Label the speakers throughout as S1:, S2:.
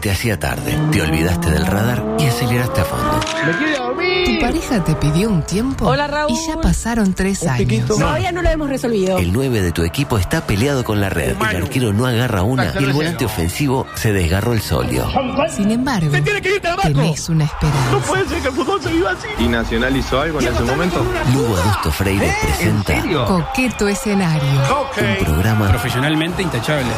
S1: te hacía tarde, te olvidaste del radar y aceleraste a fondo.
S2: ¡Me quiero
S3: Tu
S2: dormir!
S3: pareja te pidió un tiempo
S4: Hola, Raúl.
S3: y ya pasaron tres años.
S2: piquito.
S4: Todavía no lo hemos resolvido.
S1: El 9 de tu equipo está peleado con la red, el arquero no agarra una y el volante ofensivo se desgarró el solio.
S3: Sin embargo,
S2: ¡Se tiene que irte al banco!
S3: tenés una
S2: ¡No
S3: esperanza.
S2: puede ser que el fútbol se viva así!
S5: ¿Y Nacional hizo algo en ese momento?
S1: Lugo Adusto Freire
S6: ¿Eh?
S1: presenta
S3: Coqueto escenario.
S1: un programa
S7: Profesionalmente intachable.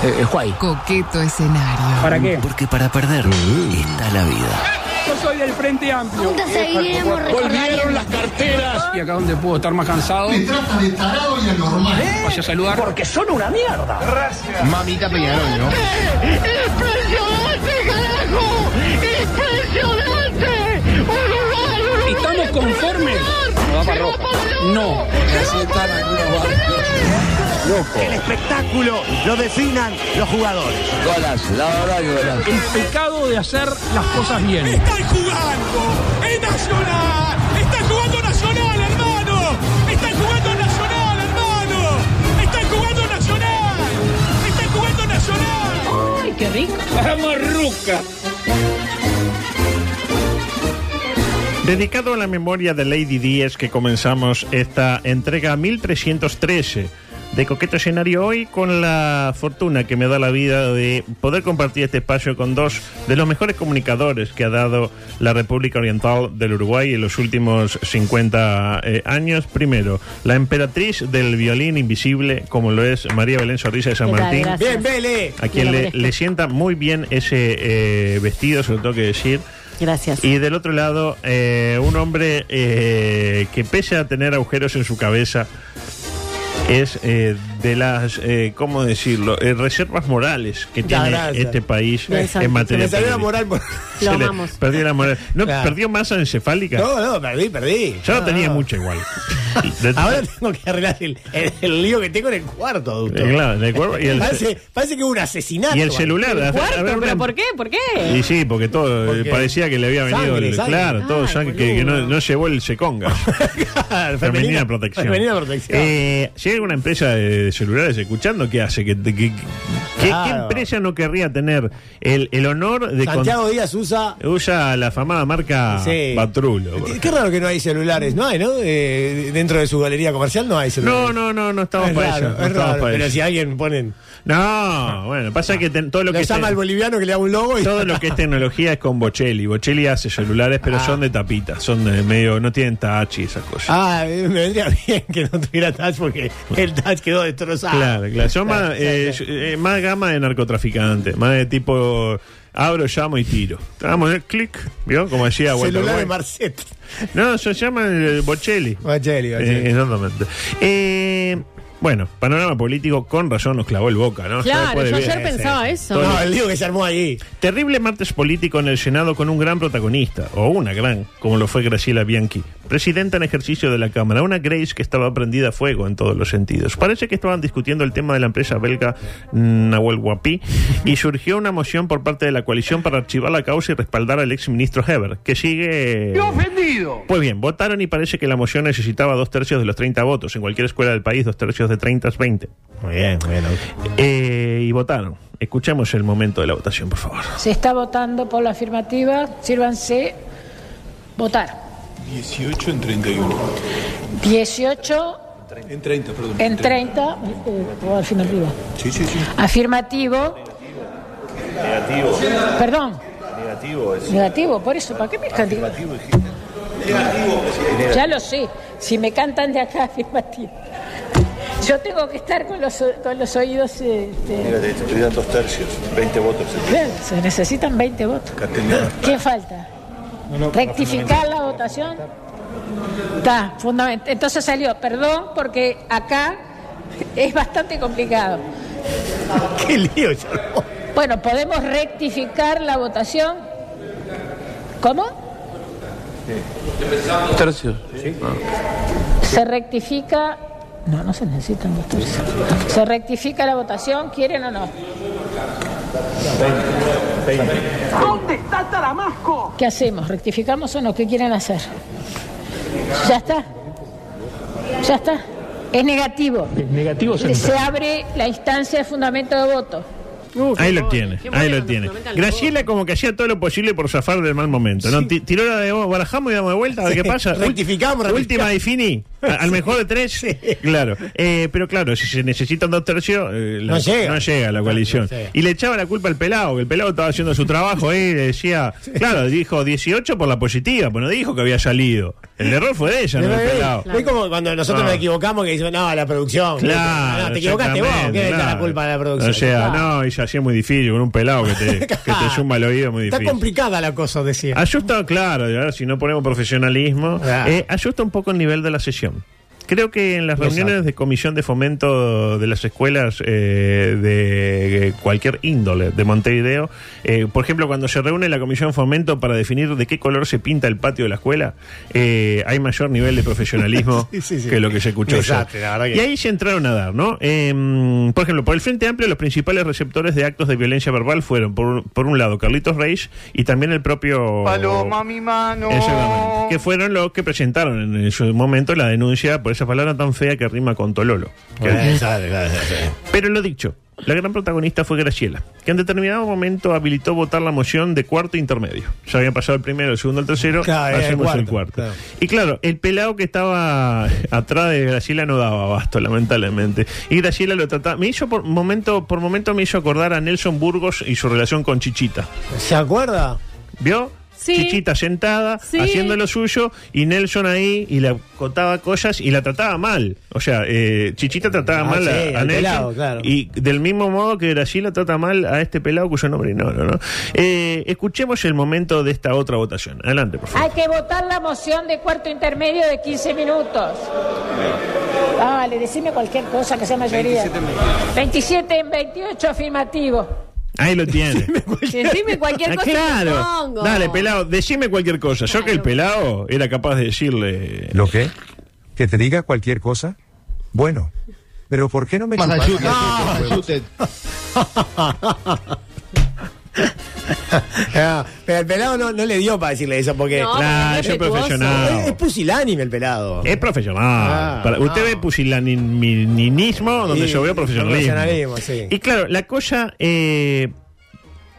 S3: Coqueto escenario.
S7: ¿Para qué?
S1: porque para perder
S6: Mm.
S1: está la vida.
S7: Yo soy del Frente Amplio.
S8: Nunca seguiremos recordando.
S7: Y acá donde puedo estar más cansado. Me trata de tarado y anormal. Vaya a saludar. Porque
S5: Mamita Peñarol, ¿no?
S8: ¡Impresionante, carajo! ¡Impresionante! ¡Uruguay, Uruguay!
S7: estamos conformes. No. El pecado de hacer las cosas bien.
S9: ¡Están jugando! ¡Es Nacional! ¡Están jugando Nacional, hermano! ¡Están jugando Nacional, hermano! ¡Están jugando Nacional! ¡Están jugando Nacional!
S4: Ay, qué rico.
S7: Vamos, Ruca.
S10: Dedicado a la memoria de Lady Díez que comenzamos esta entrega 1313 de Coqueto Escenario hoy con la fortuna que me da la vida de poder compartir este espacio con dos de los mejores comunicadores que ha dado la República Oriental del Uruguay en los últimos 50 eh, años. Primero, la emperatriz del violín invisible como lo es María Belén Sorrisa de San Martín.
S4: Bien,
S10: A quien le, le sienta muy bien ese eh, vestido, se lo tengo que decir.
S4: Gracias.
S10: Y del otro lado, eh, un hombre eh, que pese a tener agujeros en su cabeza, es eh, de las, eh, ¿cómo decirlo?, Eh, reservas morales que tiene este país
S4: De esa-
S10: en materia
S11: Salió la
S10: periodística.
S11: moral por-
S10: Se
S4: Lo
S10: le-
S4: amamos.
S10: Perdió la moral. No,
S11: Claro.
S10: perdió masa encefálica.
S11: No, Ah. no, perdí, perdí.
S10: Yo no tenía
S11: No.
S10: mucho igual. De-
S11: Ahora tengo que arreglar el, el- el lío que tengo en el cuarto, adulto.
S10: eh, claro, de cuerpo y el,
S11: parece, parece que hubo un asesinato.
S10: y el
S11: ahí.
S10: celular. A- a
S4: Cuarto,
S10: ver,
S4: pero
S10: Blan-
S4: ¿por qué? ¿por qué?
S10: Y sí, porque todo eh,
S11: Porque
S10: parecía que le había venido
S11: sangre,
S10: el,
S11: sangre.
S10: claro, todo
S4: Ay,
S10: sangre que, que no,
S4: boludo.
S10: no llevó el seconga.
S11: Claro,
S10: Femenina protección.
S11: Femenina protección.
S10: Eh, si hay alguna empresa de celulares escuchando, ¿qué hace? ¿Qué, qué- qué- qué-
S11: Claro.
S10: qué empresa no querría tener el, el honor de con-
S11: Santiago Díaz usa.
S10: usa la famada marca
S11: sí.
S10: Patrulo?
S11: Qué- Qué raro que no hay celulares. No hay, ¿no? Eh, dentro de su galería comercial no hay
S10: No,
S11: celulares.
S10: no, no, no estamos
S11: es
S10: para
S11: raro,
S10: eso. no
S11: es
S10: estamos
S11: raro,
S10: para
S11: pero
S10: eso.
S11: si alguien ponen.
S10: No, bueno, pasa que ten- todo lo
S11: Lo
S10: que es
S11: llama
S10: te-
S11: al boliviano que le da un logo y.
S10: todo lo que es tecnología es con Bocelli. Bocelli hace celulares,
S11: Ah.
S10: pero son de tapitas, son de medio, no tienen touch y esas cosas.
S11: Ah, eh, me vendría bien que no tuviera touch porque el touch quedó
S4: Ah,
S11: destrozado.
S10: Claro, claro. Son
S11: Claro,
S10: más,
S11: claro,
S10: eh,
S11: claro.
S10: eh, más gama de narcotraficante, más de tipo abro, llamo y tiro. Vamos a clic, ¿vio? Como decía Walter
S11: Celular de
S10: White.
S11: Marcet.
S10: No, se llama el Bocelli.
S11: Bocelli, Bocelli.
S10: Eh, exactamente. Eh, bueno, panorama político con razón nos clavó el boca, ¿no? Ya
S4: Claro,
S10: después de
S4: yo
S10: bien.
S4: ayer pensaba eso.
S11: No, el lío que se armó ahí.
S10: Terrible martes político en el Senado con un gran protagonista, o una gran, como lo fue Graciela Bianchi, presidenta en ejercicio de la Cámara, una Grace que estaba prendida a fuego en todos los sentidos. Parece que estaban discutiendo el tema de la empresa belga mm, Nahuel Huapi y surgió una moción por parte de la coalición para archivar la causa y respaldar al exministro Heber, que sigue...
S2: ofendido!
S10: Pues bien, votaron y parece que la moción necesitaba dos tercios de los 30 votos. En cualquier escuela del país, dos tercios de 30 es 20.
S11: Muy bien, bueno.
S10: Eh, y votaron. Escuchemos el momento de la votación, por favor.
S12: Se está votando por la afirmativa. Sírvanse votar.
S9: 18 en 31.
S12: 18
S9: En 30, perdón.
S12: en 30. eh, por afirmativa.
S9: Sí, sí, sí.
S12: Afirmativo. Negativo. Perdón. Negativo. Negativo, por eso. ¿Para qué me cantan? Negativo,
S9: pues,
S12: Ya lo sé. Si me cantan de acá, afirmativo. Yo tengo que estar con los, o- con los oídos. eh, eh,
S9: dos tercios, 20 votos. ¿eh?
S12: bien, se necesitan 20 votos. ¿Qué falta? ¿Rectificar la votación? Está, fundamental. Entonces salió, perdón, porque acá es bastante complicado.
S11: Qué lío se armó.
S12: Bueno, ¿podemos rectificar la votación? ¿Cómo? Se rectifica... No, no se necesitan los tercios. ¿Se rectifica la votación? ¿Quieren o no?
S4: ¿Dónde está Taramasco?
S12: ¿Qué hacemos? ¿Rectificamos o no? ¿Qué quieren hacer? Ya está. Ya está. Es negativo.
S7: Negativo
S12: Se abre la instancia de fundamento de voto.
S10: ahí lo tiene, ahí lo tiene. Graciela como que hacía todo lo posible por zafar del mal momento. ¿no? Ti- Tiró la de vos, barajamos y damos de vuelta, a ver
S11: Sí.
S10: qué pasa.
S11: Rectificamos, rectificamos.
S10: Última de Fini, a- al mejor de tres. Claro, Eh, pero claro, si se necesitan dos tercios, eh, la-
S11: No llega.
S10: la coalición.
S11: no llega.
S10: y le echaba la culpa al pelado, que el pelado estaba haciendo su trabajo ahí, y le decía, claro, dijo 18 por la positiva, pero no dijo que había salido. El error fue de ella, no del
S11: Es
S10: pelado.
S11: como cuando nosotros
S10: Ah.
S11: nos equivocamos que dicen, no, la producción. Ah,
S10: Claro,
S11: No, te equivocaste vos, que
S10: exactamente,
S11: le echas la
S10: claro.
S11: culpa a la producción.
S10: O sea,
S11: Ah,
S10: no, y se hacía muy difícil con un pelado que te, que te zumba el oído, muy
S11: Está
S10: difícil. Ah,
S11: complicada la cosa, decía.
S10: Asusta, claro, y ahora si no ponemos profesionalismo,
S11: Ah.
S10: eh, asusta un poco el nivel de la sesión. Creo que en las
S11: Lo
S10: reuniones
S11: sabe.
S10: de comisión de fomento de las escuelas eh, de eh, cualquier índole de Montevideo, eh, por ejemplo, cuando se reúne la comisión fomento para definir de qué color se pinta el patio de la escuela, eh, hay mayor nivel de profesionalismo
S11: Sí, sí, sí.
S10: que lo que se escuchó.
S11: Desastre,
S10: ayer.
S11: la verdad que-
S10: Y ahí se entraron a dar, ¿no? Eh, por ejemplo, por el Frente Amplio, los principales receptores de actos de violencia verbal fueron, por, por un lado, Carlitos Reis y también el propio...
S2: Paloma, mi mano.
S10: Exactamente. Que fueron los que presentaron en su momento la denuncia por esa palabra tan fea que rima con Tololo. Que-
S11: Bueno, sabe, claro, sabe.
S10: Pero lo dicho, la gran protagonista fue Graciela, que en determinado momento habilitó votar la moción de cuarto intermedio. Ya había pasado el primero, el segundo, el tercero,
S11: Claro, era el
S10: hacemos el
S11: cuarto,
S10: cuarto.
S11: claro.
S10: Y claro, el pelado que estaba atrás de Graciela no daba abasto, lamentablemente. Y Graciela lo trataba. Me hizo por momento, por momento me hizo acordar a Nelson Burgos y su relación con Chichita.
S11: ¿Se acuerda?
S10: ¿Vio?
S4: Sí.
S10: Chichita sentada,
S4: Sí.
S10: haciendo lo suyo, y Nelson ahí, y le contaba cosas y la trataba mal. O sea, eh, Chichita trataba
S11: Ah,
S10: mal a,
S11: sí,
S10: a
S11: al
S10: Nelson.
S11: pelado, claro.
S10: Y del mismo modo que Graciela trata mal a este pelado cuyo nombre no, no, no. Eh, escuchemos el momento de esta otra votación. Adelante, por favor.
S12: Hay que votar la moción de cuarto intermedio de 15 minutos. Ah, Vale, decime cualquier cosa que sea mayoría. 27 en 28 afirmativo.
S10: Ahí lo tiene.
S4: Decime cualquier
S10: Ah,
S4: cosa. que
S10: claro.
S4: pongo.
S10: Dale, pelado, decime cualquier cosa. Yo que el pelado era capaz de decirle.
S13: ¿Lo qué? ¿Que te diga cualquier cosa? Bueno. Pero ¿por qué no me chupas?
S5: Massachusetts.
S13: Ah,
S5: Massachusetts.
S11: Ah, Pero el pelado no, no le dio para decirle eso porque
S4: No,
S10: Claro,
S4: es
S10: yo
S4: respetuoso.
S10: profesional.
S11: es, es pusilánime el pelado.
S10: Es profesional.
S11: Ah,
S10: Para- usted ve pusilanimismo donde
S11: Sí,
S10: yo veo profesionalismo.
S11: profesionalismo, sí.
S10: Y claro, la cosa eh,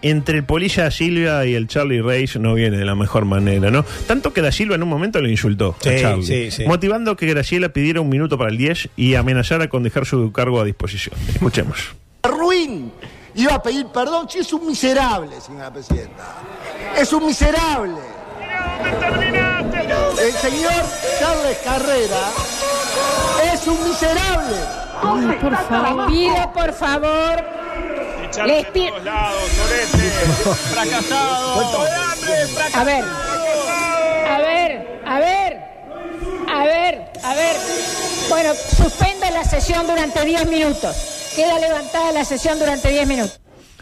S10: entre el Polilla Silva y el Charlie Reis no viene de la mejor manera, ¿no? Tanto que Da Silva en un momento lo insultó a
S11: Sí,
S10: Charlie,
S11: sí, sí.
S10: motivando que Graciela pidiera un minuto para el 10 y amenazara con dejar su cargo a disposición. Escuchemos.
S2: Ruin. Iba a pedir perdón. Sí, es un miserable, señora presidenta. Es un miserable. El señor Carles Carrera es un miserable.
S4: Ay, por favor.
S12: Pido por favor. Les pido. A ver. A ver. A ver. A ver. A ver. Bueno, suspenda la sesión durante 10 minutos. Queda levantada la sesión durante 10 minutos.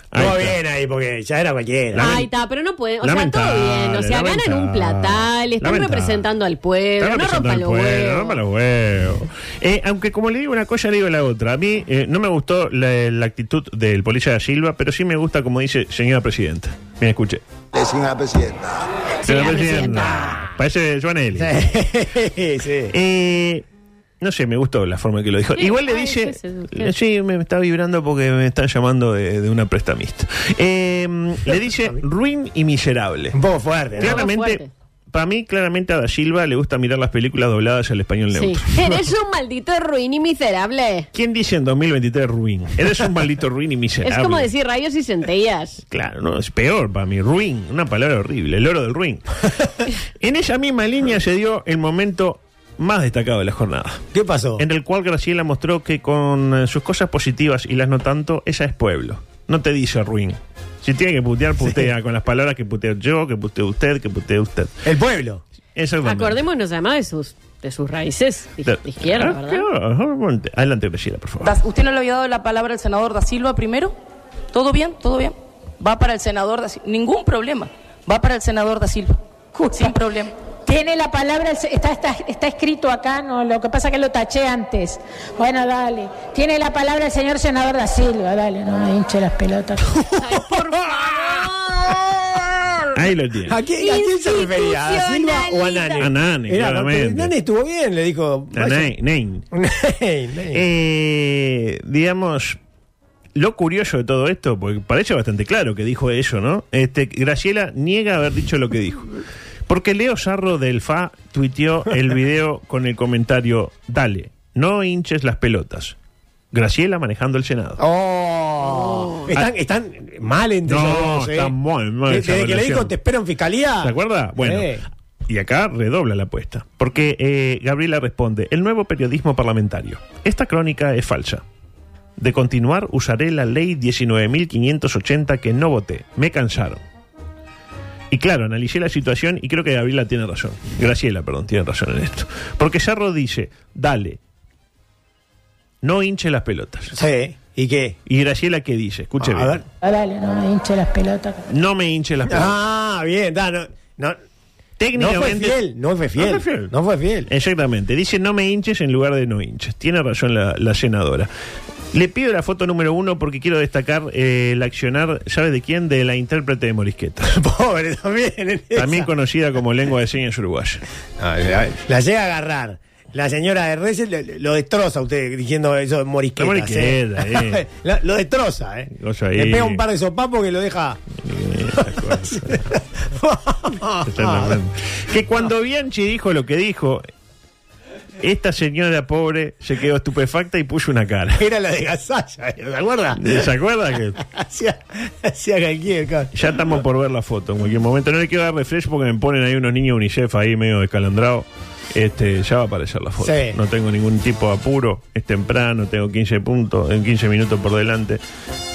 S10: Ahí
S11: Estuvo
S10: está.
S11: bien ahí porque ya era cualquiera.
S10: Lamen-
S4: Ay, está, pero no puede. O sea,
S10: Lamentable,
S4: todo bien. O sea, ganan un
S10: lamentable.
S4: platal, están
S10: Lamentable.
S4: representando al pueblo.
S10: Estaba
S4: no
S10: pensando
S4: rompan
S10: en el
S4: los
S10: pueblo,
S4: huevos.
S10: no rompa los huevos. Eh, aunque como le digo una cosa, le digo la otra. A mí eh, no me gustó la, la actitud del policía da Silva, pero sí me gusta como dice señora presidenta. Mira, escuche.
S2: Eh, Señora presidenta.
S10: Señora
S4: presidenta.
S10: Parece Joanelli.
S11: Sí, sí.
S10: Eh, no sé, me gustó la forma en que lo dijo.
S4: Sí,
S10: Igual le
S4: ay,
S10: dice, eh,
S4: qué sé yo, qué-
S10: sí, me está vibrando porque me están llamando de, de una prestamista. Eh, le dice ruin y miserable.
S11: Un poco fuerte. ¿no?
S10: Claramente,
S4: fuerte.
S10: para mí, claramente a Da Silva le gusta mirar las películas dobladas al español
S4: Sí.
S10: neutro.
S4: Eres un maldito ruin y miserable.
S10: ¿Quién dice en 2023 ruin? Eres un maldito ruin y miserable.
S4: Es como decir rayos y centellas.
S10: Claro, no, es peor para mí, ruin, una palabra horrible, el oro del ruin. en esa misma línea se dio el momento más destacado de la jornada,
S11: ¿Qué pasó?
S10: en el cual Graciela mostró que con eh, sus cosas positivas y las no tanto, ella es pueblo, no te dice ruin. Si tiene que putear, putea con las palabras que puteo yo, que puteo usted, que puteo usted.
S11: El pueblo.
S10: Exactamente.
S4: Acordémonos además de sus, de sus raíces de, de izquierda,
S10: Ah,
S4: ¿verdad?
S10: claro, ajá, bueno, te- Adelante, Graciela, por favor.
S14: Das- ¿Usted no le había dado la palabra al senador Da Silva primero? ¿Todo bien? ¿Todo bien? Va para el senador Da Silva. Ningún problema. Va para el senador Da Silva. Sin problema.
S12: Tiene la palabra, el se- está, está, está escrito acá, no, lo que pasa es que lo taché antes. Bueno, dale. Tiene la palabra el señor senador da Silva, dale, no me hinche las pelotas.
S4: Ay, por favor.
S10: Ahí lo tiene.
S11: ¿A quién, a quién se refería? ¿A Silva o a Nani?
S10: A Nani,
S11: Era,
S10: claramente.
S11: Nani estuvo bien, le dijo.
S10: A Eh,
S11: vaya-
S10: Nane, Nane.
S11: Nani, Nani.
S10: Eh, digamos, lo curioso de todo esto, porque parece bastante claro que dijo eso, ¿no? Este, Graciela niega haber dicho lo que dijo. Porque Leo Sarro del FA tuiteó el video con el comentario, dale, no hinches las pelotas. Graciela manejando el Senado.
S11: Oh. Están, están mal entre
S10: ah. No,
S11: los dos. ¿eh?
S10: están muy mal
S11: Desde,
S10: esa
S11: desde que le
S10: relación.
S11: dijo te espero en fiscalía.
S10: ¿Se acuerda? Bueno.
S11: Eh.
S10: Y acá redobla la apuesta. Porque eh, Gabriela responde, el nuevo periodismo parlamentario. Esta crónica es falsa. De continuar usaré la ley 19.580 que no voté. Me cansaron. Y claro, analicé la situación y creo que Gabriela tiene razón. Graciela, perdón, tiene razón en esto. Porque Sarro dice, dale, no hinche las pelotas.
S11: Sí. ¿Y qué?
S10: ¿Y Graciela qué dice? Escuche
S11: A
S10: bien.
S11: ver.
S12: Ah, dale, no me hinche las pelotas.
S10: No me hinche las pelotas.
S11: Ah, bien, da, no, no.
S10: Técnicamente-
S11: No fue fiel, no fue fiel.
S10: No fue fiel. Exactamente. Dice no me hinches en lugar de no hinches. Tiene razón la, la senadora. Le pido la foto número uno porque quiero destacar eh, el accionar, ¿sabe de quién? De la intérprete de Morisqueta.
S11: Pobre también. en esa.
S10: También conocida como lengua de señas uruguaya.
S11: La llega a agarrar. La señora de Reyes le- lo destroza a usted diciendo eso morisqueta.
S10: La morisqueta, eh.
S11: lo destroza, ¿eh?
S10: Cosa ahí.
S11: Le pega un par de sopapos que lo deja.
S10: Está tremendo. que cuando Bianchi dijo lo que dijo, esta señora pobre se quedó estupefacta y puso una cara.
S11: Era la de Gasalla, ¿eh? ¿se acuerda?
S10: ¿Se acuerda que
S11: hacía, hacía cualquier cosa.
S10: Ya estamos por ver la foto en cualquier momento. No le quiero dar refresh porque me ponen ahí unos niños UNICEF ahí medio descalandrados. Este, ya va a aparecer la foto.
S11: Sí.
S10: No tengo ningún tipo de apuro. Es temprano, tengo 15 puntos, en 15 minutos por delante.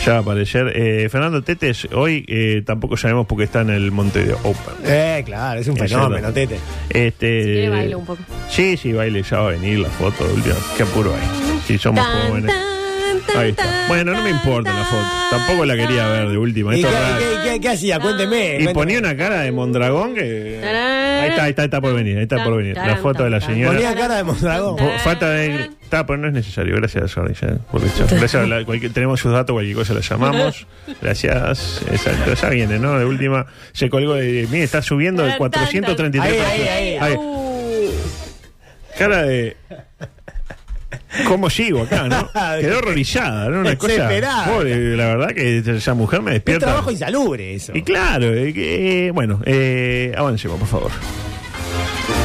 S10: Ya va a aparecer. Eh, Fernando Tetes, hoy eh, tampoco sabemos por qué está en el Montevideo Open.
S11: Eh, claro, es un
S10: Es
S11: fenómeno,
S10: verdad.
S11: tete.
S10: Este,
S4: Si quiere, baile un poco.
S10: Sí, sí, baile, ya va a venir la foto. de última. Qué apuro hay. Si somos
S4: Tan,
S10: jóvenes.
S4: tan, tan,
S10: Ahí está.
S4: tan,
S10: Bueno, no me importa la foto. Tampoco la quería ver de última.
S11: ¿Y qué,
S10: Esto es raro.
S11: qué- qué- qué hacía? Cuénteme.
S10: Y
S11: cuénteme.
S10: ponía una cara de Mondragón que.
S4: Tarán.
S10: Ahí está, ahí está, ahí está por venir, ahí está por venir. La foto de la
S11: Ponía
S10: señora.
S11: cara de Mondragón.
S10: Po- Falta de. Está, pero no es necesario. Gracias, Jordi, ya, por dicho. Gracias, a la- cualquier- tenemos sus datos, cualquier cosa la llamamos. Gracias. Exacto, ya viene, ¿no? De última, se colgó de. Mire, está subiendo de 433.
S11: Ahí, ahí, ahí. Uh.
S10: Cara de. ¿Cómo sigo acá, no? Quedó horrorizada, ¿no? Una cosa.
S11: Desesperada.
S10: Pobre, la verdad que esa mujer me
S11: Un
S10: despierta.
S11: trabajo insalubre eso.
S10: Y claro, eh, que, eh, bueno, eh, avancemos, por favor.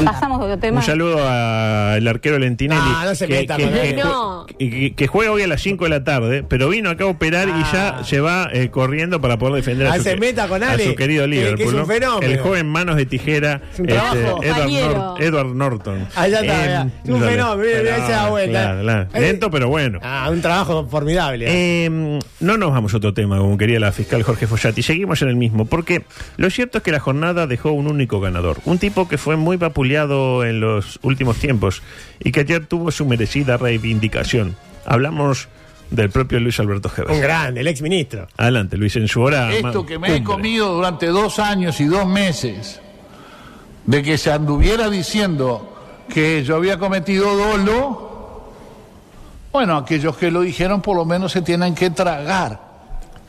S15: Pasamos a otro tema.
S10: Un saludo al arquero Lentinelli.
S11: Ah, no se
S10: que,
S11: meta
S10: que-
S11: con
S10: que-
S11: él.
S15: No.
S10: que- que- que juega hoy a las 5 de la tarde, pero vino acá a operar y ya se va eh, corriendo para poder defender a
S11: Ah,
S10: su,
S11: se
S10: que-
S11: meta con Ale,
S10: a su querido
S11: que- que
S10: Liverpool.
S11: es un
S10: ¿no?
S11: fenómeno.
S10: El joven manos de tijera, este,
S11: Es un trabajo.
S10: Edward,
S15: Compañero.
S10: Nor- Edward Norton. Eh,
S11: Allá está, vea. Es un
S10: dale.
S11: fenómeno, mira, mira,
S10: Pero,
S11: se da vuelta.
S10: claro, claro.
S11: Eh.
S10: Lento, pero bueno.
S11: Ah, un trabajo formidable. ¿eh?
S10: Eh, no nos vamos a otro tema, como quería la fiscal Jorge Follati. Seguimos en el mismo, porque lo cierto es que la jornada dejó un único ganador. Un tipo que fue muy vapuleado en los últimos tiempos y que ayer tuvo su merecida reivindicación. Hablamos del propio Luis Alberto
S11: un
S10: Heber.
S11: grande, el exministro.
S10: Adelante, Luis, en su hora.
S16: Esto
S10: ma-
S16: que me he comido durante dos años y dos meses, de que se anduviera diciendo que yo había cometido dolo, bueno, aquellos que lo dijeron por lo menos se tienen que tragar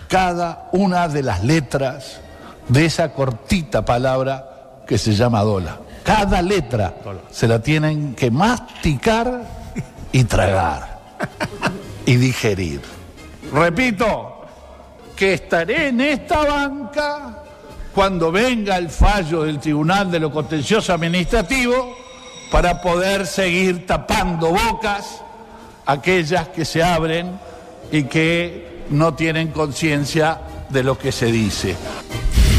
S16: cada una de las letras de esa cortita palabra que se llama dola. Cada letra se la tienen que masticar y tragar y digerir. Repito, que estaré en esta banca cuando venga el fallo del Tribunal de lo Contencioso Administrativo para poder seguir tapando bocas aquellas que se abren y que no tienen conciencia de lo que se dice.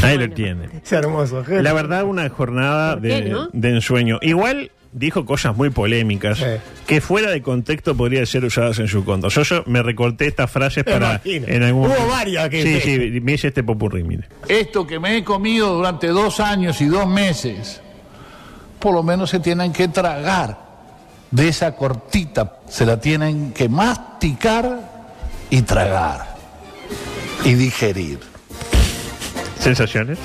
S10: Ahí lo tiene.
S11: Es hermoso. Heber.
S10: La verdad, una jornada
S4: qué,
S10: de,
S4: no?
S10: de ensueño. Igual dijo cosas muy polémicas que fuera de contexto podrían ser usadas en su contra. Yo, yo me recorté estas frases
S11: Me
S10: para
S11: imagino.
S10: en algún
S11: Hubo
S10: momento.
S11: varias que-
S10: Sí, sí, me hice este popurrí, mire.
S16: Esto que me he comido durante dos años y dos meses, por lo menos se tienen que tragar de esa cortita, se la tienen que masticar y tragar y digerir.
S10: ¿Sensaciones?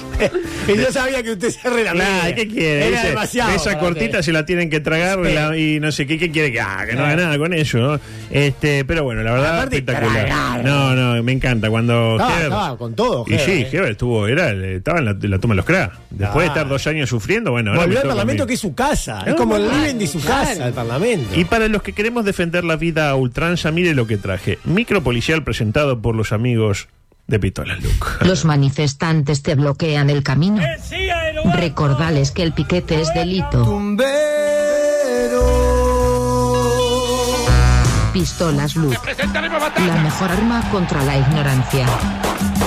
S11: Y yo sabía que usted se
S10: Nah,
S11: relamía.
S10: ¿qué quiere?
S11: Era
S10: Dice,
S11: demasiado.
S10: Esa
S11: para
S10: cortita
S11: usted.
S10: se la tienen que tragar y la- y no sé qué, ¿qué quiere que haga? Que no haga nada con ello, ¿no? Este, pero bueno, la verdad,
S11: Aparte,
S10: espectacular.
S11: tragar.
S10: No, no, me encanta. Cuando
S11: Estaba-
S10: Heber-
S11: estaba con todo,
S10: Y
S11: Heber,
S10: sí,
S11: eh.
S10: Heber estuvo, era, el- estaba en la, la toma de los crack. Después de
S11: Ah.
S10: estar dos años sufriendo, bueno, ahora me
S11: Volvió al
S10: toca a mí.
S11: Parlamento que es su casa. Es
S10: No,
S11: como el
S10: claro,
S11: living de su
S10: claro.
S11: casa, el Parlamento.
S10: Y para los que queremos defender la vida a ultranza, mire lo que traje. Micropolicial presentado por los amigos de Pistola Luke.
S17: Los manifestantes te bloquean el camino. Recordales que el piquete es delito. Pistolas Luz. La mejor arma contra la ignorancia.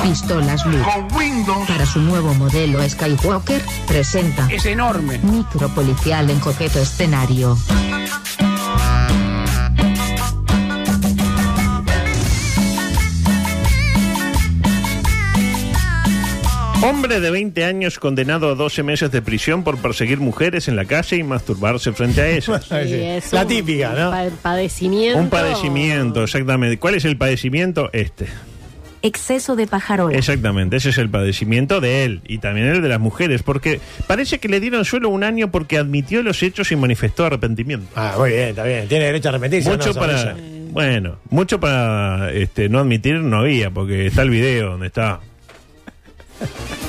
S17: Pistolas Luz. Para su nuevo modelo Skywalker, presenta.
S7: Es enorme.
S17: Micropolicial en coqueto escenario.
S10: Hombre de 20 años condenado a 12 meses de prisión por perseguir mujeres en la calle y masturbarse frente a ellas.
S4: Sí, es un- pa- padecimiento.
S10: Un padecimiento, exactamente. ¿Cuál es el padecimiento? Este.
S18: Exceso de pajarola.
S10: Exactamente, ese es el padecimiento de él y también el de las mujeres, porque parece que le dieron suelo un año porque admitió los hechos y manifestó arrepentimiento.
S11: Ah, muy bien, está bien. Tiene derecho a arrepentirse.
S10: Mucho
S11: ¿no?
S10: para.
S11: Zorrilla.
S10: Bueno, mucho para este, no admitir no había, porque está el video donde está.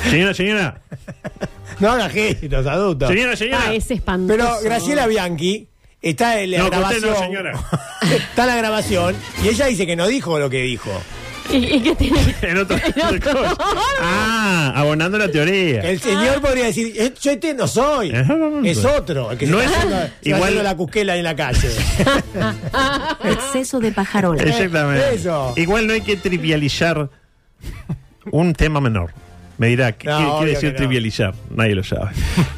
S10: Señora, señora.
S11: No haga gestos, adultos.
S10: Señora, señora.
S4: Ah, es espantoso.
S11: Pero Graciela Bianchi está en la
S10: No, que usted
S11: grabación.
S10: no, señora.
S11: está la grabación y ella dice que no dijo lo que dijo.
S4: ¿Y, y qué tiene?
S10: En otro, en otra cosa. Ah, abonando la teoría.
S11: El señor podría decir, "Eh, yo este no soy, es otro. El que
S10: No
S11: se está
S10: es-
S11: haciendo- se está
S10: igual-
S11: haciendo la cusquela en la calle.
S18: Exceso de pajarola.
S10: Exactamente.
S11: Eso.
S10: Igual no hay que trivializar un tema menor. Me dirá, ¿qué
S11: No,
S10: quiere- quiere
S11: obvio
S10: decir
S11: que no.
S10: trivializar? Nadie lo sabe.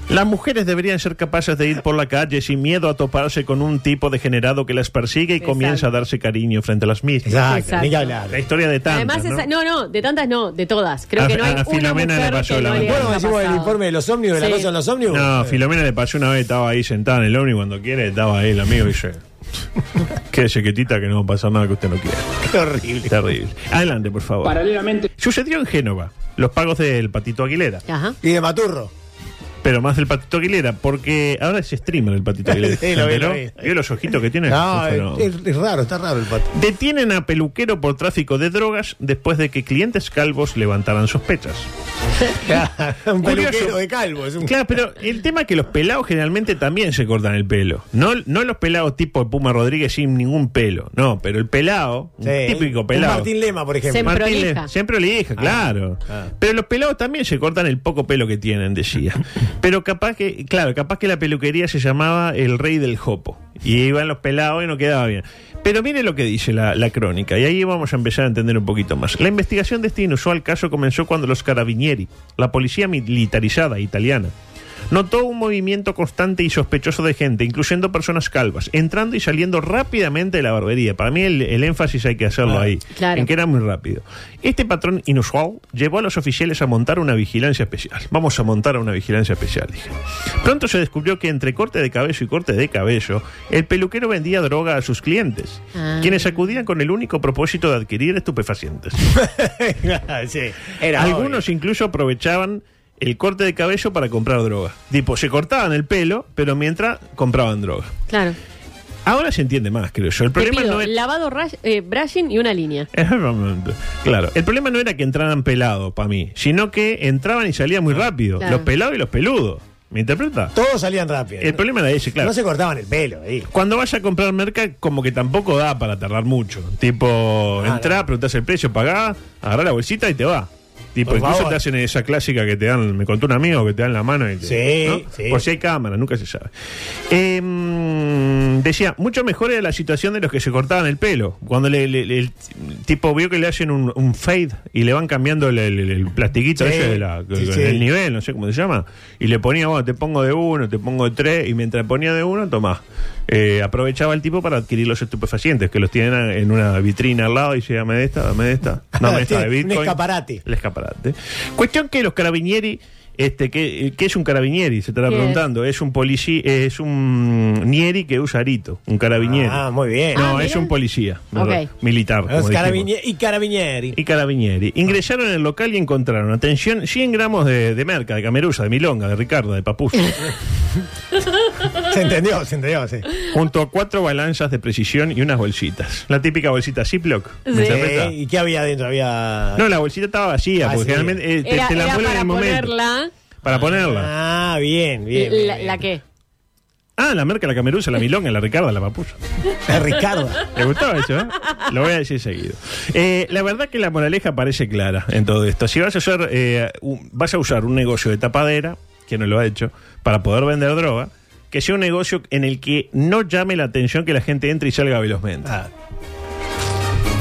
S10: Las mujeres deberían ser capaces de ir por la calle sin miedo a toparse con un tipo degenerado que las persigue y
S4: Exacto.
S10: comienza a darse cariño frente a las mismas.
S11: Exacto,
S4: Exacto. ni que hablar.
S10: La historia de tantas,
S4: Además,
S10: ¿no?
S4: esa- ¿no? no, de tantas no, de todas. Creo
S10: A-
S4: que no hay
S10: a
S4: una
S10: Filomena le
S4: mujer
S10: pasó
S4: que
S10: la
S4: no le
S10: mano.
S4: haya
S11: Bueno, decimos el
S4: pasado.
S11: informe de los ómnibus, de
S4: Sí.
S11: la cosa de los ómnibus.
S10: No, Filomena le pasó una vez, estaba ahí sentada en el ómnibus cuando quiere, estaba ahí el amigo y dice, quédese quietita que no va a pasar nada que usted no quiera.
S11: Qué horrible.
S10: Terrible. Adelante, por favor.
S7: Paralelamente.
S10: Sucedió en Génova, los pagos del Patito Aguilera.
S4: Ajá.
S11: Y de Maturro.
S10: Pero más del Patito Aguilera, porque ahora es streamer el Patito Aguilera.
S11: Sí, lo
S10: ¿Se
S11: vi, lo
S10: enteró? ¿Vio los ojitos que tiene?
S11: No,
S10: Eso no.
S11: es, es raro, está raro el pato.
S10: Detienen a peluquero por tráfico de drogas después de que clientes calvos levantaran sospechas. Curioso.
S11: un peluquero de calvo. Es un...
S10: Claro, pero el tema es que los pelados generalmente también se cortan el pelo. No, no los pelados tipo de Puma Rodríguez sin ningún pelo. No, pero el pelado, un
S11: Sí,
S10: típico
S11: un
S10: pelado.
S11: Martín Lema, por ejemplo.
S4: Siempre
S10: Martín
S4: olija.
S10: Le- siempre olija, claro. Pero los pelados también se cortan el poco pelo que tienen, decía. Pero capaz que, claro, capaz que la peluquería se llamaba el rey del jopo. Y iban los pelados y no quedaba bien. Pero mire lo que dice la, la crónica, y ahí vamos a empezar a entender un poquito más. La investigación de este inusual caso comenzó cuando los carabinieri, la policía militarizada italiana, notó un movimiento constante y sospechoso de gente, incluyendo personas calvas, entrando y saliendo rápidamente de la barbería. Para mí el, el énfasis hay que hacerlo ahí,
S4: Claro.
S10: en que era muy rápido. Este patrón inusual llevó a los oficiales a montar una vigilancia especial. Vamos a montar una vigilancia especial, dije. Pronto se descubrió que entre corte de cabello y corte de cabello, el peluquero vendía droga a sus clientes,
S11: Ah.
S10: quienes acudían con el único propósito de adquirir estupefacientes.
S11: sí, era
S10: Algunos incluso aprovechaban el corte de cabello para comprar droga. Tipo, se cortaban el pelo, pero mientras compraban droga.
S4: Claro.
S10: Ahora se entiende más, creo yo. El
S4: Te
S10: problema
S4: pido
S10: no es...
S4: lavado, ray- eh, brushing y una línea.
S10: Exactamente. Claro, el problema no era que entraran pelados para mí, sino que entraban y salían muy rápido.
S4: Claro.
S10: Los pelados y los peludos. ¿Me interpreta?
S11: obvio. Todos salían rápido.
S10: El problema era ese, claro.
S11: No se cortaban el pelo ahí.
S10: Cuando vaya a comprar merca, como que tampoco da para tardar mucho. Tipo,
S11: Ah,
S10: entrá, preguntás el precio, pagá, agarrá la bolsita y te va. Tipo,
S11: Por
S10: incluso
S11: favor.
S10: te hacen esa clásica que te dan, me contó un amigo que te dan la mano y te,
S11: Sí,
S10: ¿no?
S11: sí.
S10: Por si hay cámara, nunca se sabe. Em, decía, mucho mejor era la situación de los que se cortaban el pelo. Cuando le- le- le- el tipo vio que le hacen un, un fade y le van cambiando el, el- el plastiquito
S11: Sí,
S10: ese de la-
S11: sí,
S10: con
S11: sí.
S10: el nivel, no sé cómo se llama, y le ponía, bueno, te pongo de uno, te pongo de tres, y mientras ponía de uno, tomás. Eh, aprovechaba el tipo para adquirir los estupefacientes, que los tienen en una vitrina al lado y decía, dame de esta, dame de esta, dame de esta de
S11: Tiene
S10: Bitcoin.
S11: Un escaparate.
S10: El escaparate. Cuestión que los carabinieri Este, ¿qué, qué es un carabinieri? Se estará
S11: ¿Qué es?
S10: preguntando. Es un policía, es un nieri que usa arito, un carabinieri.
S11: Ah, muy bien.
S10: No,
S11: Ah,
S10: es
S11: mira.
S10: un policía,
S11: Ok.
S10: ¿verdad? militar.
S11: Los
S10: como dijimos.
S11: carabinie- y carabinieri.
S10: Y carabinieri. Ingresaron en el local y encontraron, atención, 100 gramos de, de merca, de camerusa, de milonga, de Ricardo, de papuso.
S11: Se entendió, se entendió, sí.
S10: junto a cuatro balanzas de precisión y unas bolsitas. La típica bolsita Ziploc. ¿me
S11: Sí.
S10: interpreta?
S11: ¿Y qué había adentro? Había.
S10: No, la bolsita estaba vacía, porque
S11: Vacía.
S10: generalmente eh, te,
S4: Ah, Era,
S10: te la
S4: era
S10: envuelven en
S4: para
S10: el momento.
S4: ponerla.
S10: Para ponerla.
S11: Ah, bien,
S4: la, la qué?
S10: Ah, la merca, la camerusa, la milonga, la ricarda, la papusa.
S11: La ricarda.
S10: ¿Te gustaba eso? eh? Lo voy a decir seguido. Eh, la verdad que la moraleja parece clara en todo esto. Si vas a, usar, eh, un- vas a usar un negocio de tapadera, que no lo ha hecho, para poder vender droga, que sea un negocio en el que no llame la atención que la gente entre y salga velozmente.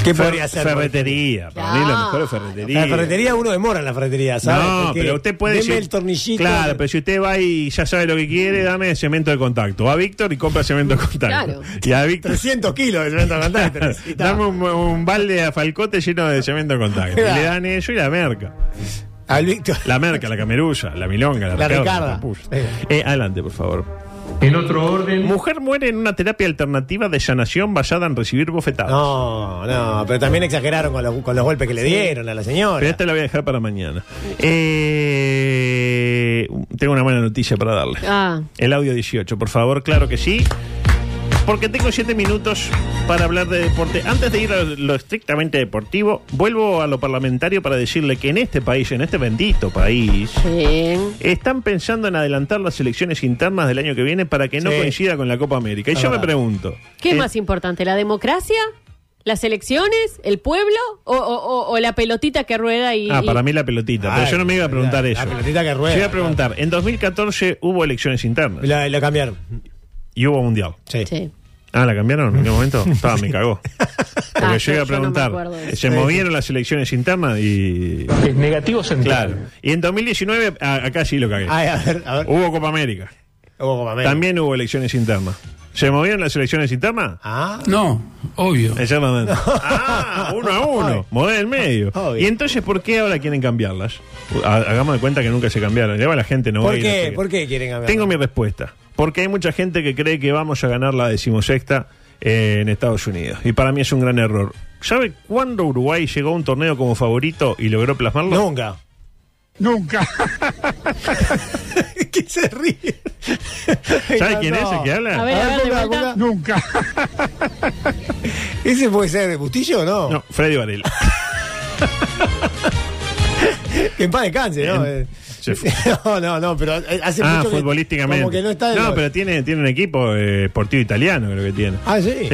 S11: ¿Qué
S10: Ah. Fer-
S11: podría ser?
S10: Ferretería. Para mí lo mejor es ferretería.
S11: La ferretería uno demora en la ferretería, ¿sabes?
S10: No,
S11: Porque
S10: pero usted puede
S11: deme
S10: decir-
S11: el tornillito.
S10: Claro, pero si usted va y ya sabe lo que quiere, dame cemento de contacto. Va a Víctor y compra cemento de contacto.
S11: Claro.
S10: Y a Víctor.
S11: 300 kilos de cemento de contacto.
S10: dame un, un balde a Falcote lleno de cemento de contacto. Y le dan eso y la merca. La merca, la camerulla, la milonga, la,
S11: La
S10: ricarda.
S11: Ricarda.
S10: la papulla. Eh, adelante, por favor. En otro orden. Mujer muere en una terapia alternativa de sanación basada en recibir bofetadas.
S11: No, no, pero también exageraron con los, con los golpes que le
S10: Sí.
S11: dieron a la señora.
S10: Pero este- esta la voy a dejar para mañana. Eh, tengo una buena noticia para darle.
S4: Ah.
S10: El audio 18, por favor, claro que sí. Porque tengo 7 minutos para hablar de deporte. Antes de ir a lo estrictamente deportivo, vuelvo a lo parlamentario para decirle que en este país, en este bendito país, están pensando en adelantar las elecciones internas del año que viene para que no
S4: Sí.
S10: coincida con la Copa América. Y
S4: Es
S10: yo me
S4: verdad.
S10: pregunto.
S4: ¿Qué
S10: eh,
S4: es más importante? ¿La democracia? ¿Las elecciones? ¿El pueblo? ¿O, o- o- o la pelotita que rueda y.?
S10: Ah,
S4: y-
S10: para mí la pelotita, pero
S11: Ay,
S10: yo no me iba a preguntar
S11: la- la
S10: eso.
S11: pelotita que rueda,
S10: Yo iba a preguntar, en 2014 hubo elecciones internas. La,
S11: cambiaron.
S10: Y hubo mundial.
S11: Sí.
S10: Ah, ¿la cambiaron en qué momento? Estaba, me cagó. Porque
S11: Ah,
S10: yo iba a
S11: yo- yo no me
S10: preguntar,
S11: acuerdo de eso.
S10: se
S11: Sí,
S10: movieron las elecciones internas y... Negativo central. Claro. Y en 2019, a- acá sí lo cagué.
S11: Ah,
S10: Hubo Copa América.
S11: Hubo Copa América.
S10: Uh, También hubo elecciones internas. ¿Se movieron las elecciones internas?
S11: Ah.
S10: No, obvio. Exactamente. Ah, uno a uno. Model en medio. Y entonces, ¿por qué ahora quieren cambiarlas? Ha- Hagamos de cuenta que nunca se cambiaron. Lleva la gente, no va a
S11: ¿Por
S10: ir a
S11: qué?
S10: este-
S11: ¿Por qué quieren cambiar?
S10: Tengo mi respuesta. Porque hay mucha gente que cree que vamos a ganar la decimosexta eh, en Estados Unidos. Y para mí es un gran error. ¿Sabe cuándo Uruguay llegó a un torneo como favorito y logró plasmarlo?
S11: Nunca.
S10: Nunca.
S11: ¿Quién se ríe?
S10: ¿Sabe quién es el que habla? A ver, a ver, de vuelta.
S11: Nunca. ¿Ese puede ser Bustillo o no?
S10: No, Freddy Varela.
S11: que en paz descanse, ¿no?
S10: En-
S11: Eh, no, no, no, pero eh, hace
S10: ah,
S11: mucho que-
S10: futbolísticamente.
S11: como que no está de lo-
S10: pero tiene, tiene un equipo eh, portivo italiano, creo que tiene.
S11: Ah, sí.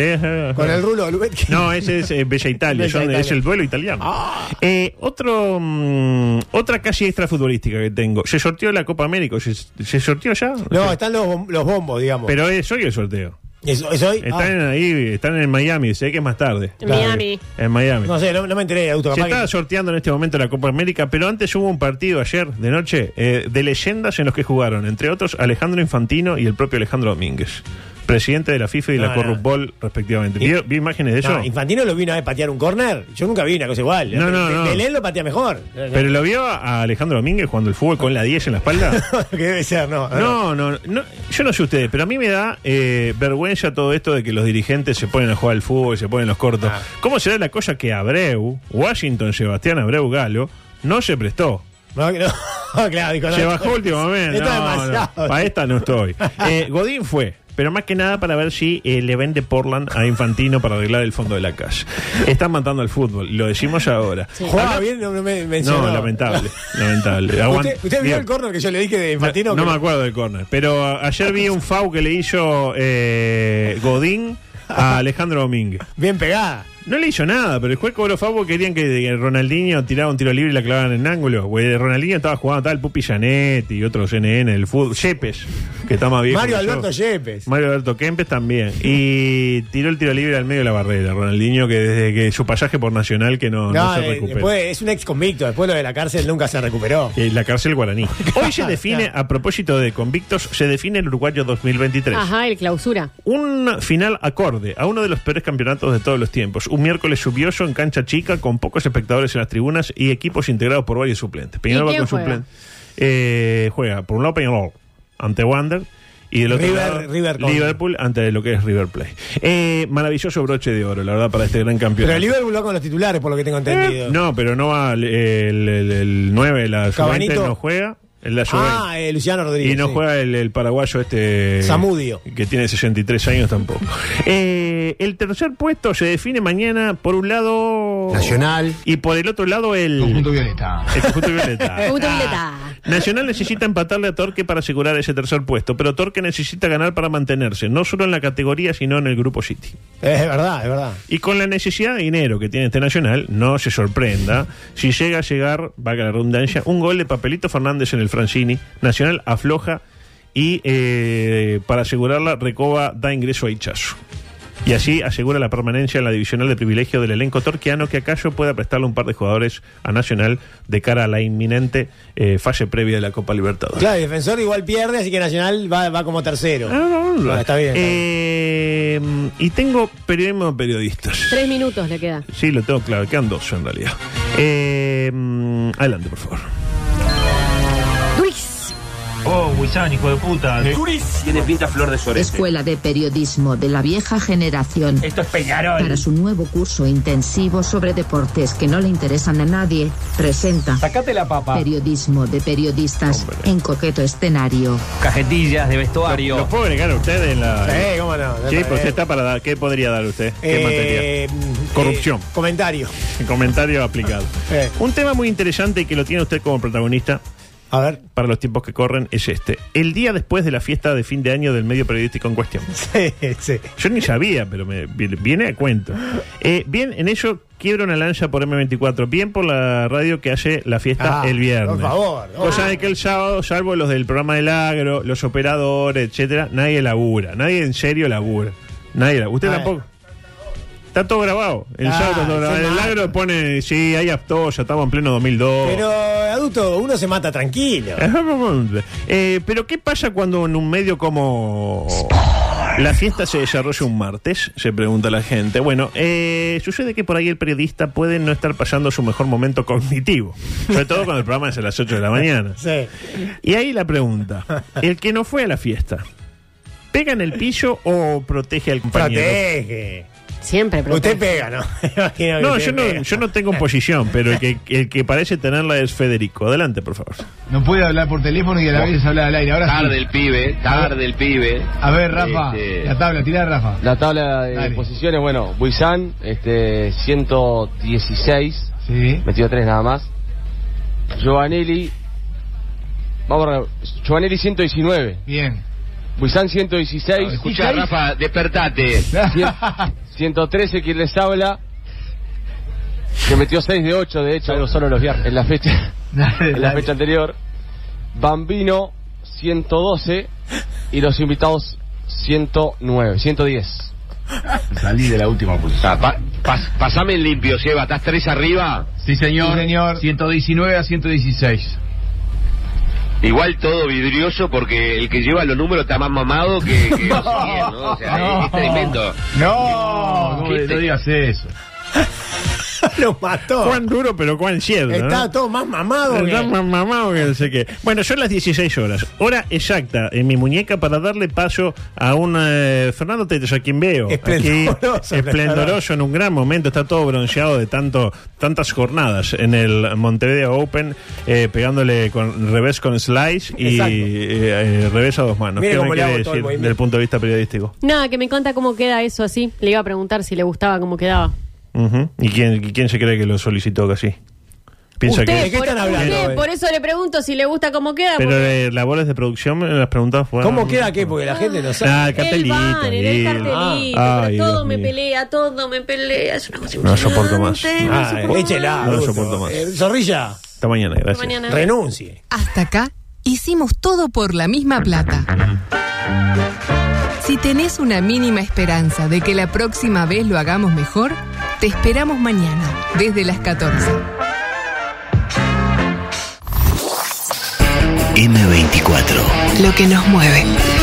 S11: Con el rulo Lubetki.
S10: No, ese es eh, Bella Italia,
S11: Bella
S10: son-
S11: Italia. Ah.
S10: es el duelo italiano. Eh, otro, mm, otra calle extra futbolística que tengo. Se sorteó la Copa América, ¿se, se sorteó ya?
S11: No, están los, bom- los bombos, digamos.
S10: Pero es hoy el sorteo.
S11: ¿Es- es hoy? ah,
S10: Están en ahí, están en Miami, sé que es más tarde.
S11: En Miami.
S10: En Miami.
S11: No sé, no, no me enteré, auto
S10: Se
S11: capaz que-
S10: está sorteando en este momento la Copa América, pero antes hubo un partido ayer de noche eh, de leyendas en los que jugaron, entre otros, Alejandro Infantino y el propio Alejandro Domínguez, presidente de la FIFA y
S11: No,
S10: la
S11: no.
S10: Corrupbol, respectivamente. ¿Vio, vio imágenes de eso?
S11: Ah, No, Infantino lo vi una vez patear un córner. Yo nunca vi una cosa igual.
S10: No, no,
S11: Be-
S10: no.
S11: Belén lo patea mejor.
S10: ¿Pero lo vio a Alejandro Domínguez jugando el fútbol con la 10 en la espalda?
S11: que debe ser, no.
S10: No, no, no, yo no sé ustedes, pero a mí me da eh, vergüenza todo esto de que los dirigentes se ponen a jugar al fútbol, se ponen los cortos.
S11: Ah.
S10: ¿Cómo será la cosa que Abreu, Washington Sebastián Abreu Galo, no se prestó?
S11: No, no, claro, dijo, no,
S10: se
S11: no,
S10: bajó últimamente.
S11: Esto es demasiado.
S10: Para esta no estoy. Eh, Godín fue. Pero más que nada para ver si eh, le vende Portland a Infantino para arreglar el fondo de la casa. Están matando al fútbol, lo decimos ahora.
S11: Jugaba bien, no me mencionó.
S10: No, lamentable, lamentable. Aguant-
S11: ¿Usted, usted vio
S10: Bien.
S11: el córner que yo le dije de Infantino?
S10: No, no
S11: Que-
S10: me acuerdo del corner, pero a- ayer vi un FAU que le hizo eh, Godín a Alejandro Domínguez.
S11: Bien pegada.
S10: No le hizo nada, pero el juez cobró FAU porque querían que eh, Ronaldinho tirara un tiro libre y la clavaran en ángulo. Güey, Ronaldinho estaba jugando tal Pupi Janet y otros NN del fútbol. Yepes, que está más viejo.
S11: Mario
S10: que yo.
S11: Alberto Yepes.
S10: Mario Alberto Kempes también. Y tiró el tiro libre al medio de la barrera. Ronaldinho, que desde que su pasaje por Nacional que no,
S11: No,
S10: no se
S11: eh,
S10: recupera.
S11: después es un ex convicto. Después lo de la cárcel nunca se recuperó.
S10: Eh, La cárcel guaraní. Hoy se define, a propósito de convictos, se define el uruguayo 2023.
S4: Ajá, el clausura.
S11: Ah.
S10: Un final acorde a uno de los peores campeonatos de todos los tiempos. Un miércoles lluvioso en cancha chica con pocos espectadores en las tribunas y equipos integrados por varios suplentes. Peñarol va
S4: quién
S10: con
S4: juega?
S10: suplente. eh, juega por un lado Peñarol ante Wander y del otro
S11: River-
S10: lado,
S11: River con-
S10: Liverpool ante lo que es River Plate. Eh, maravilloso broche de oro, la verdad, para este gran campeón.
S11: Pero Liverpool va con los titulares, por lo que tengo entendido.
S10: Eh, No, pero no va el, el, el- el 9, la Juventus
S11: Cabanito.
S10: no juega. el La
S11: Ah,
S10: Juventus.
S11: eh, Luciano Rodríguez.
S10: y no
S11: sí.
S10: juega el, el paraguayo este...
S11: Zamudio.
S10: Que tiene 63 años tampoco. Eh, el tercer puesto se define mañana por un lado... Nacional. Y por el otro lado el... Conjunto Violeta. El Conjunto Violeta.
S8: Conjunto Violeta.
S10: Nacional necesita empatarle a Torque para asegurar ese tercer puesto, pero Torque necesita ganar para mantenerse, no solo en la categoría, sino en el Grupo City.
S11: Es verdad, es verdad.
S10: Y con la necesidad de dinero que tiene este Nacional, no se sorprenda si llega a llegar, valga la redundancia, un gol de Papelito Fernández en el Francini. Nacional afloja y eh, para asegurarla, Recoba da ingreso a Hichazo. Y así asegura la permanencia en la divisional de privilegio del elenco torquiano que acaso pueda prestarle un par de jugadores a Nacional de cara a la inminente eh, fase previa de la Copa Libertadores.
S11: Claro, el defensor igual pierde, así que Nacional va, va como tercero. Ah, está bien. está bien.
S10: Eh, y tengo periodismo de periodistas.
S4: Tres minutos le queda.
S10: Sí, lo tengo claro. Quedan dos en realidad. Eh, mm, adelante, por favor.
S17: Luis.
S19: Oh, Wissan, hijo de puta. Tiene pinta flor de sorete.
S17: Escuela de Periodismo de la Vieja Generación.
S19: Esto es Peñarol.
S17: Para su nuevo curso intensivo sobre deportes que no le interesan a nadie, presenta
S19: Sacate la papa.
S17: Periodismo de Periodistas en coqueto escenario.
S19: Cajetillas de vestuario.
S10: ¿Lo puedo agregar a usted en la.?
S11: Sí, Eh, cómo no.
S10: Sí, pues usted está para dar. ¿Qué podría dar usted? ¿Qué materia?
S11: Eh,
S10: Corrupción.
S11: comentario.
S10: Comentario aplicado. Un tema muy interesante y que lo tiene usted como protagonista.
S11: A ver.
S10: Para los tiempos que corren es este. El día después de la fiesta de fin de año del medio periodístico en cuestión.
S11: Sí, sí.
S10: Yo ni sabía, pero me vi- viene a cuento. Eh, bien, en ello quiebra una lanza por M24. Bien por la radio que hace la fiesta
S11: Ah,
S10: el viernes.
S11: por favor.
S10: Cosa de que el sábado, salvo los del programa del agro, los operadores, etcétera, nadie labura. Nadie en serio labura. Nadie labura. Usted
S11: Ah,
S10: tampoco. Está todo grabado. El
S11: Ah,
S10: sábado cuando
S11: se
S10: graban el
S11: mata.
S10: agro pone, sí, hay aptoya, estamos en pleno 2002.
S11: Pero, adulto, uno se mata tranquilo.
S10: Eh, pero ¿qué pasa cuando en un medio como... La fiesta se desarrolla un martes, se pregunta la gente. Bueno, eh, sucede que por ahí el periodista puede no estar pasando su mejor momento cognitivo, sobre todo cuando el programa es a las 8 de la mañana.
S11: Sí.
S10: Y ahí la pregunta, el que no fue a la fiesta, ¿pega en el pillo o protege al compañero?
S11: Protege.
S4: Siempre
S11: Usted pega, ¿no? Imagino que
S10: No,
S11: usted
S10: yo no,
S11: pega.
S10: yo no tengo posición, pero el que, el que parece tenerla es Federico. Adelante, por favor.
S20: No puede hablar por teléfono y a la vez hablar al aire. Ahora
S6: tarde
S20: sí.
S6: el pibe, tarde el pibe.
S20: A ver, Rafa,
S6: Este,
S20: la tabla, tirá, Rafa.
S6: la tabla de posiciones, bueno, Buizán, este, 116, metido tres nada más. Giovanelli, vamos a ver, Giovanelli 119.
S20: Bien.
S6: Buizán 116.
S20: escuchá, Rafa,
S6: despertate. 113 quien les habla. Que metió 6 de 8, de hecho. solo los viernes. En la fecha, en la fecha anterior. Bambino 112 y los invitados 109, 110.
S20: Salí de la última posición.
S6: pasame el limpio, Seba, ¿estás tres arriba?
S20: Sí, señor. señor. 119 a 116.
S6: Igual todo vidrioso porque el que lleva los números está más mamado que... que no sé quién, ¿no? O sea, es- es tremendo.
S20: No, no, no digas eso.
S11: Lo mató.
S10: Cuán duro, pero cuán cierto. ¿no?
S11: Oh. Está todo más mamado.
S10: Está
S11: que-
S10: más mamado que no sé qué. Bueno, son las 16 horas. Hora exacta en mi muñeca para darle paso a un eh, Fernando Tetes, a quien veo.
S11: Esplendoroso,
S10: Aquí, esplendoroso, en un gran momento. Está todo bronceado de tanto tantas jornadas en el Montevideo Open, eh, pegándole con revés con slice y
S11: Exacto.
S10: eh, eh, revés a dos manos.
S11: Mire
S10: ¿Qué me
S11: cómo le
S10: quiere
S11: hago todo el
S10: decir
S11: movimiento.
S10: del punto de vista periodístico?
S4: Nada, que me encanta cómo queda eso así. Le iba a preguntar si le gustaba cómo quedaba.
S10: Ujú. ¿Y quién, y quién se cree que lo solicitó casi? Piensa que...
S4: por,
S10: eh?
S4: usted, por eso le pregunto si le gusta cómo queda.
S10: Pero
S4: porque
S10: eh, labores de producción me las preguntas fueron.
S11: ¿Cómo queda qué? Porque la gente no sabe.
S10: Ah, el cartelito.
S4: el banner, el
S10: lindo.
S4: cartelito,
S10: Ah. Ay,
S4: pero todo
S10: Dios
S4: me
S10: mío.
S4: pelea, todo me pelea. Es una cosa
S10: No soporto más.
S4: impresionante, no soporto
S11: Ah, échela.
S10: Ah, No lo
S11: adulto.
S10: soporto más.
S11: Eh, zorrilla.
S10: Hasta mañana, gracias.
S4: mañana.
S11: Renuncie.
S3: Hasta acá hicimos todo por la misma plata. Si tenés una mínima esperanza de que la próxima vez lo hagamos mejor, te esperamos mañana, desde las 14.
S1: M24.
S3: Lo que nos mueve.